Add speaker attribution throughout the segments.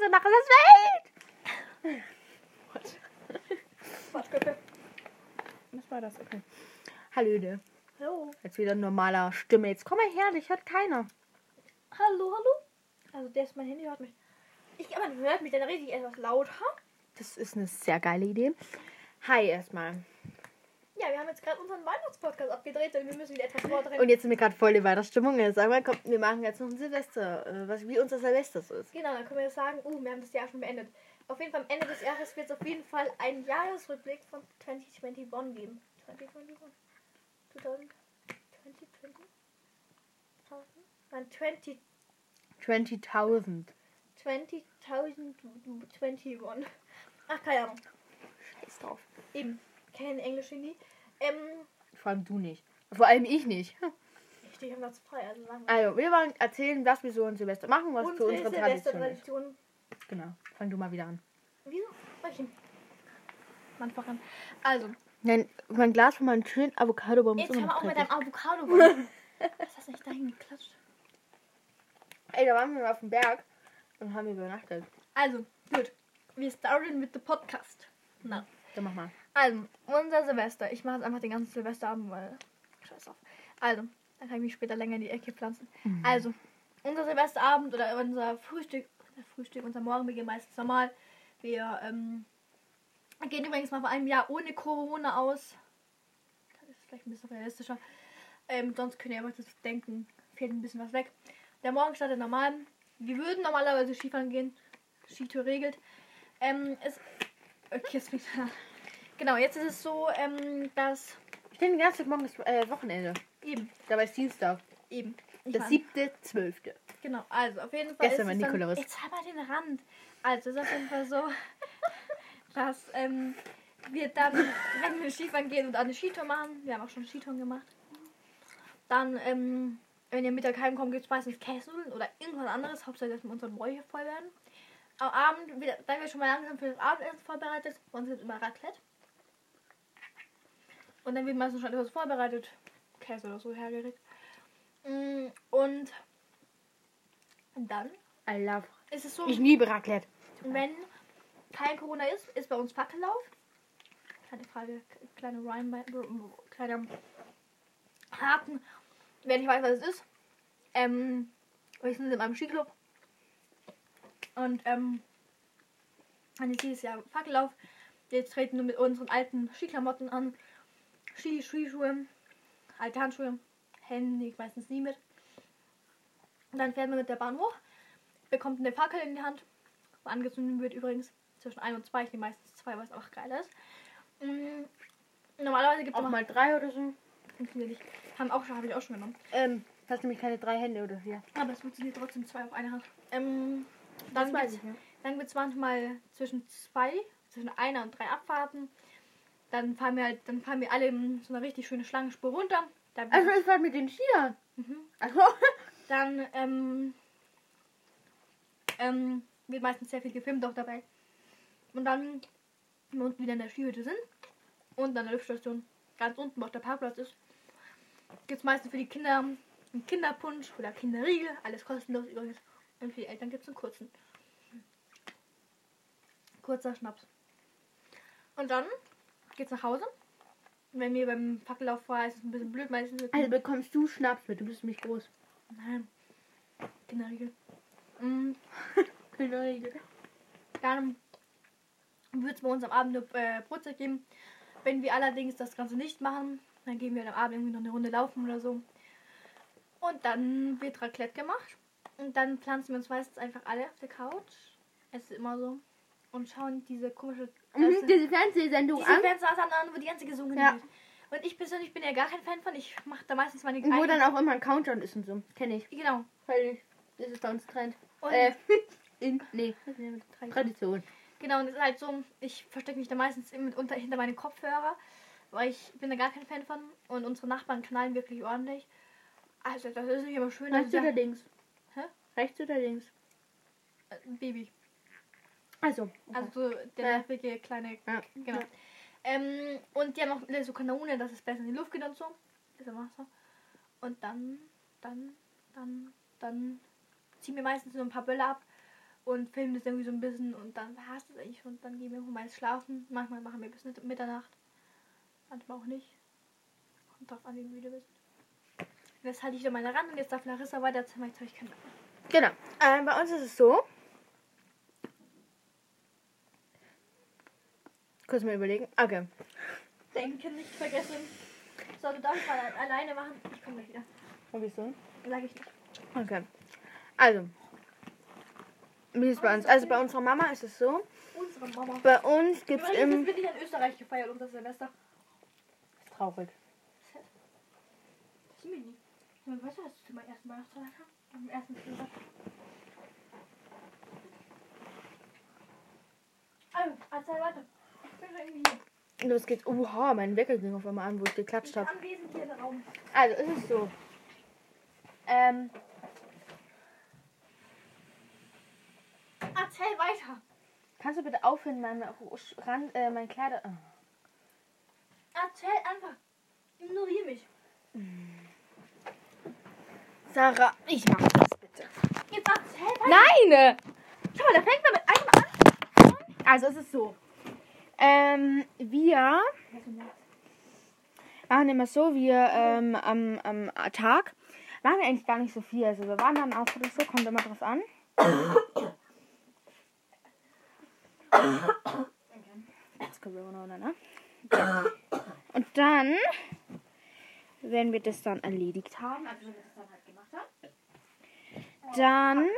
Speaker 1: wir machen das
Speaker 2: Was könnte?
Speaker 1: Welt. Was war das? Okay. Hallöde.
Speaker 2: Hallo.
Speaker 1: Jetzt wieder normaler Stimme. Jetzt komm mal her, dich hört keiner.
Speaker 2: Hallo, hallo. Also der ist mein Handy, hört mich. Ich aber hört mich dann richtig etwas lauter.
Speaker 1: Das ist eine sehr geile Idee. Hi erstmal.
Speaker 2: Ja, wir haben jetzt gerade unseren Weihnachtspodcast abgedreht und wir müssen wieder etwas vordrehen.
Speaker 1: Und jetzt sind wir gerade voll in Weihnachtsstimmung. Jetzt sagen wir, komm, wir machen jetzt noch ein Silvester. äh, Was, wie unser Silvester so ist.
Speaker 2: Genau, dann können wir jetzt sagen, uh, wir haben das Jahr schon beendet. Auf jeden Fall am Ende des Jahres wird es auf jeden Fall einen Jahresrückblick von 2021 geben. 2021? 2000? 2020? Nein, 20,
Speaker 1: 20.000.
Speaker 2: 2021. Ach, keine Ahnung.
Speaker 1: Scheiß drauf.
Speaker 2: Eben. Kein Englisch nie. Ähm,
Speaker 1: Vor allem du nicht. Vor allem ich nicht.
Speaker 2: ich stehe am Platz frei, also sagen wir.
Speaker 1: Also, wir wollen erzählen, was wir so an Silvester machen, was für unsere Tradition ist.
Speaker 2: Silvestertradition.
Speaker 1: Genau. Fang du mal wieder an.
Speaker 2: Wieso? Manchmal. Manchmal an. Also,
Speaker 1: Nein, mein Glas von meinem schönen Avocado-Baum ist
Speaker 2: jetzt
Speaker 1: immer
Speaker 2: haben wir
Speaker 1: noch
Speaker 2: auch mit
Speaker 1: dreckig.
Speaker 2: deinem Avocado. Was hast du nicht dahin geklatscht?
Speaker 1: Ey, da waren wir mal auf dem Berg und haben übernachtet.
Speaker 2: Also, gut. Wir starten mit dem Podcast. Na.
Speaker 1: Dann mach mal.
Speaker 2: Also, unser Silvester. Ich mache jetzt einfach den ganzen Silvesterabend, weil. Scheiß auf. Also, dann kann ich mich später länger in die Ecke pflanzen. Also, unser Silvesterabend oder unser Frühstück. Unser Frühstück, unser Morgenbeginn meistens normal. Wir ähm, gehen übrigens mal vor einem Jahr ohne Corona aus. Das ist vielleicht ein bisschen realistischer. Ähm, sonst könnt ihr aber das denken. Fehlt ein bisschen was weg. Der Morgen startet normal. Wir würden normalerweise Skifahren gehen. Skitour regelt. Ähm, es. Okay, es fängt an. Genau, jetzt ist es so, ähm, dass
Speaker 1: Ich denke, den ganzen Tag morgen ist äh, Wochenende.
Speaker 2: eben,
Speaker 1: Dabei ist Dienstag.
Speaker 2: eben. Ich
Speaker 1: Das
Speaker 2: mein,
Speaker 1: siebte, zwölfte.
Speaker 2: Genau, also auf jeden Fall.
Speaker 1: Gestern
Speaker 2: ist es
Speaker 1: war
Speaker 2: dann-
Speaker 1: Nikolaus.
Speaker 2: Jetzt halt mal den Rand. Also es ist auf jeden Fall so, dass ähm, wir dann, wenn wir Skifahren gehen und eine Skitour machen, wir haben auch schon Skitouren gemacht, dann, ähm, wenn ihr mit der Keim kommt, gibt es meistens Käsenudeln oder irgendwas anderes. Hauptsache, dass wir unseren Bräuche voll werden. Am Abend, wieder, dann wir schon mal langsam für das Abendessen vorbereitet. Bei uns gibt immer Raclette. Und dann wird meistens schon etwas vorbereitet. Käse oder so hergeregt. Mm, Und und dann
Speaker 1: I love.
Speaker 2: ist es so,
Speaker 1: Ich liebe Raclette.
Speaker 2: wenn kein Corona ist, ist bei uns Fackellauf. Kleine Frage, k- kleine Rhyme, kleiner Haken. Wenn ich weiß, was es ist. Ähm, wir sind in meinem Skiclub. Und ähm, dann ist dieses Jahr Fackellauf. Wir treten nur mit unseren alten Skiklamotten an. Ski, Skischuhe, alte Handschuhe. Hände nehme ich meistens nie mit. Und dann fährt man mit der Bahn hoch, bekommt eine Fackel in die Hand wo angezündet wird übrigens zwischen 1 und 2. Ich nehme meistens 2, weil es einfach geil ist. Mm, Normalerweise gibt es
Speaker 1: Auch mal drei oder so.
Speaker 2: Funktioniert nicht. Haben auch schon, habe ich auch schon genommen.
Speaker 1: Ähm, hast nämlich keine drei Hände oder vier.
Speaker 2: Aber es funktioniert trotzdem 2 auf einer Hand. Ähm, dann
Speaker 1: weiß
Speaker 2: gibt's-
Speaker 1: ich, ja.
Speaker 2: dann wird es manchmal zwischen zwei, zwischen einer und drei Abfahrten. Dann fahren wir halt, dann fahren wir alle in so eine richtig schöne Schlangenspur runter. Da
Speaker 1: Also es war mit den Skiern.
Speaker 2: Mhm.
Speaker 1: Also,
Speaker 2: Dann ähm, ähm, wird meistens sehr viel gefilmt auch dabei. Und dann, wenn wir unten wieder in der Skihütte sind und an der Luftstation ganz unten, wo auch der Parkplatz ist, gibt es meistens für die Kinder einen Kinderpunsch oder Kinderriegel, alles kostenlos übrigens. Und für die Eltern gibt es einen kurzen. Kurzer Schnaps. Und dann geht's nach Hause. Wenn mir beim Fackellauf war, ist es ein bisschen blöd, meistens wird
Speaker 1: also bekommst du Schnaps mit. Du bist nämlich groß.
Speaker 2: Nein. Kinderriegel. Mm,
Speaker 1: Genau.
Speaker 2: dann wird es bei uns am Abend eine äh, Brotzeit geben. Wenn wir allerdings das Ganze nicht machen, dann gehen wir halt am Abend irgendwie noch eine Runde laufen oder so. Und dann wird Raclette gemacht. Und dann pflanzen wir uns meistens einfach alle auf der Couch. Es ist immer so. Und schauen diese
Speaker 1: Mhm,
Speaker 2: komische. Äh,
Speaker 1: Also- Diese Fernsehsendung
Speaker 2: diese
Speaker 1: an,
Speaker 2: Fernsehsachen an, wo die ganze gesungen
Speaker 1: Ja.
Speaker 2: wird. Und ich persönlich bin ja gar kein Fan von. Ich mache da meistens meine
Speaker 1: wo
Speaker 2: eigenen-
Speaker 1: dann auch immer ein Countdown ist und so. Kenne ich.
Speaker 2: Genau.
Speaker 1: Völlig. Das ist bei uns Trend.
Speaker 2: Und Äh,
Speaker 1: Äh, in, nee, Tradition.
Speaker 2: Genau, und es ist halt so, ich verstecke mich da meistens im- unter, hinter meine Kopfhörer, weil ich bin da gar kein Fan von. Und unsere Nachbarn knallen wirklich ordentlich. Also das ist nicht immer schön. dass
Speaker 1: Rechts
Speaker 2: ich
Speaker 1: oder
Speaker 2: sag,
Speaker 1: links?
Speaker 2: Hä?
Speaker 1: Rechts oder links?
Speaker 2: äh, Baby.
Speaker 1: Also,
Speaker 2: Also so der
Speaker 1: Ja.
Speaker 2: nervige kleine.
Speaker 1: Ja.
Speaker 2: Genau.
Speaker 1: Ja.
Speaker 2: Ähm, und die haben auch alle so Kanone, dass es besser in die Luft geht und so. Ist immer so. Und dann, dann, dann, dann ziehen wir meistens nur ein paar Bälle ab. und filmen das irgendwie so ein bisschen und dann war es das eigentlich schon. Dann gehen wir meist schlafen. Manchmal machen wir bis mit- Mitternacht. Manchmal auch nicht. Kommt drauf an, wie müde wir sind. Und Jetzt halte ich wieder meine ran und jetzt darf Larissa weiter erzählen, weil jetzt habe ich keine
Speaker 1: Genau. Ähm, bei uns ist es so. Kurz mal überlegen. Okay.
Speaker 2: Denken nicht vergessen. So, du darfst mal alleine machen. Ich komme gleich wieder.
Speaker 1: Hab ich so?
Speaker 2: Sag ich nicht.
Speaker 1: Okay. Also. Wie ist es bei uns? Also bei unserer Mama ist es so.
Speaker 2: Unsere Mama.
Speaker 1: Bei uns gibt's
Speaker 2: Übrigens
Speaker 1: im.
Speaker 2: bin ich in Österreich gefeiert um das Silvester.
Speaker 1: Traurig.
Speaker 2: Das sieht man nie. Man weiß ja, dass ich zum ersten Weihnachtsfeier kam. Am ersten Silvester. Also, erzähl weiter. Ich bin schon irgendwie hier.
Speaker 1: Los geht's. Oha, mein Wecker ging auf einmal an, wo ich
Speaker 2: Ich
Speaker 1: geklatscht
Speaker 2: bin
Speaker 1: habe.
Speaker 2: anwesend hier im Raum.
Speaker 1: Also ist es so. Ähm,
Speaker 2: Erzähl weiter.
Speaker 1: kannst du bitte aufhören, meine Ru- Rand, äh, mein Kleider. ah.
Speaker 2: Erzähl einfach. Ignoriere mich.
Speaker 1: Sarah, ich mach das bitte.
Speaker 2: Jetzt erzähl weiter.
Speaker 1: Nein!
Speaker 2: Schau mal, da fängt man mit einem an.
Speaker 1: Also es ist so. Ähm, wir machen immer so, wir ähm, am, am Tag machen wir eigentlich gar nicht so viel. Also wir waren dann auch oder so, kommt immer drauf an. Jetzt kommt immer noch einer, ne? Und dann, wenn wir das dann erledigt haben, also wenn wir das dann halt gemacht haben, dann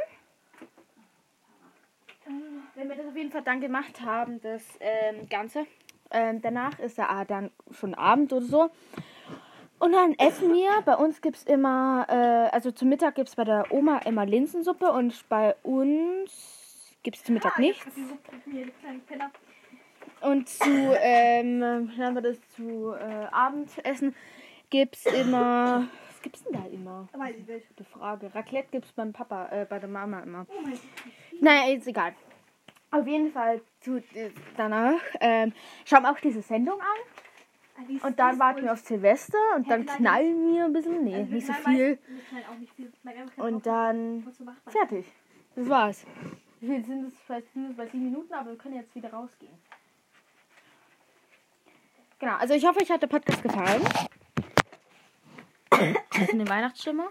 Speaker 1: wenn wir das auf jeden Fall dann gemacht haben, das ähm, Ganze, ähm, danach ist ja ah, dann schon Abend oder so. Und dann essen wir. Bei uns gibt es immer, äh, also zum Mittag gibt es bei der Oma immer Linsensuppe und bei uns gibt es zum Mittag
Speaker 2: ich
Speaker 1: nichts.
Speaker 2: hab die Suppe mit mir, die kleinen Penner.
Speaker 1: Und zu, ähm, haben wir das zu äh, Abendessen gibt's immer. Was gibt's denn da immer?
Speaker 2: Weiß ich nicht.
Speaker 1: Gute Frage. Raclette gibt's beim Papa, äh, bei der Mama immer.
Speaker 2: Oh mein Gott.
Speaker 1: Naja, ist egal. Auf jeden Fall zu, äh, danach ähm, schauen wir auch diese Sendung an.
Speaker 2: Alice
Speaker 1: Und dann
Speaker 2: ist
Speaker 1: warten wir auf Silvester und dann
Speaker 2: Kleines-
Speaker 1: knallen wir ein bisschen. Nee,
Speaker 2: Also wir
Speaker 1: nicht so
Speaker 2: knallen
Speaker 1: viel.
Speaker 2: meist- wir knallen auch nicht viel. Mein Ärmel kann auch-
Speaker 1: Und dann
Speaker 2: Wozu macht man?
Speaker 1: fertig. Das war's. Wie viel sind es? Vielleicht sind es bei sieben Minuten, aber wir können jetzt wieder rausgehen. Genau, also ich hoffe, euch hat der Podcast gefallen. Das ist eine Weihnachtsstimme.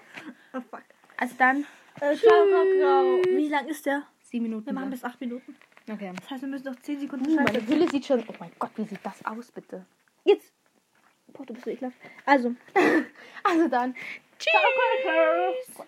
Speaker 2: Oh, fuck.
Speaker 1: Also dann
Speaker 2: Äh, ciao, ciao, ciao. Wie lang ist der?
Speaker 1: sieben Minuten.
Speaker 2: Wir machen
Speaker 1: ne?
Speaker 2: bis 8 Minuten.
Speaker 1: Okay.
Speaker 2: Das heißt, wir müssen noch 10 Sekunden
Speaker 1: Uh, meine
Speaker 2: schreiben.
Speaker 1: Brille sieht schon. Oh mein Gott, wie sieht das aus, bitte?
Speaker 2: Jetzt! Boah, du bist so ekelhaft. Also,
Speaker 1: Also dann. Tschüss.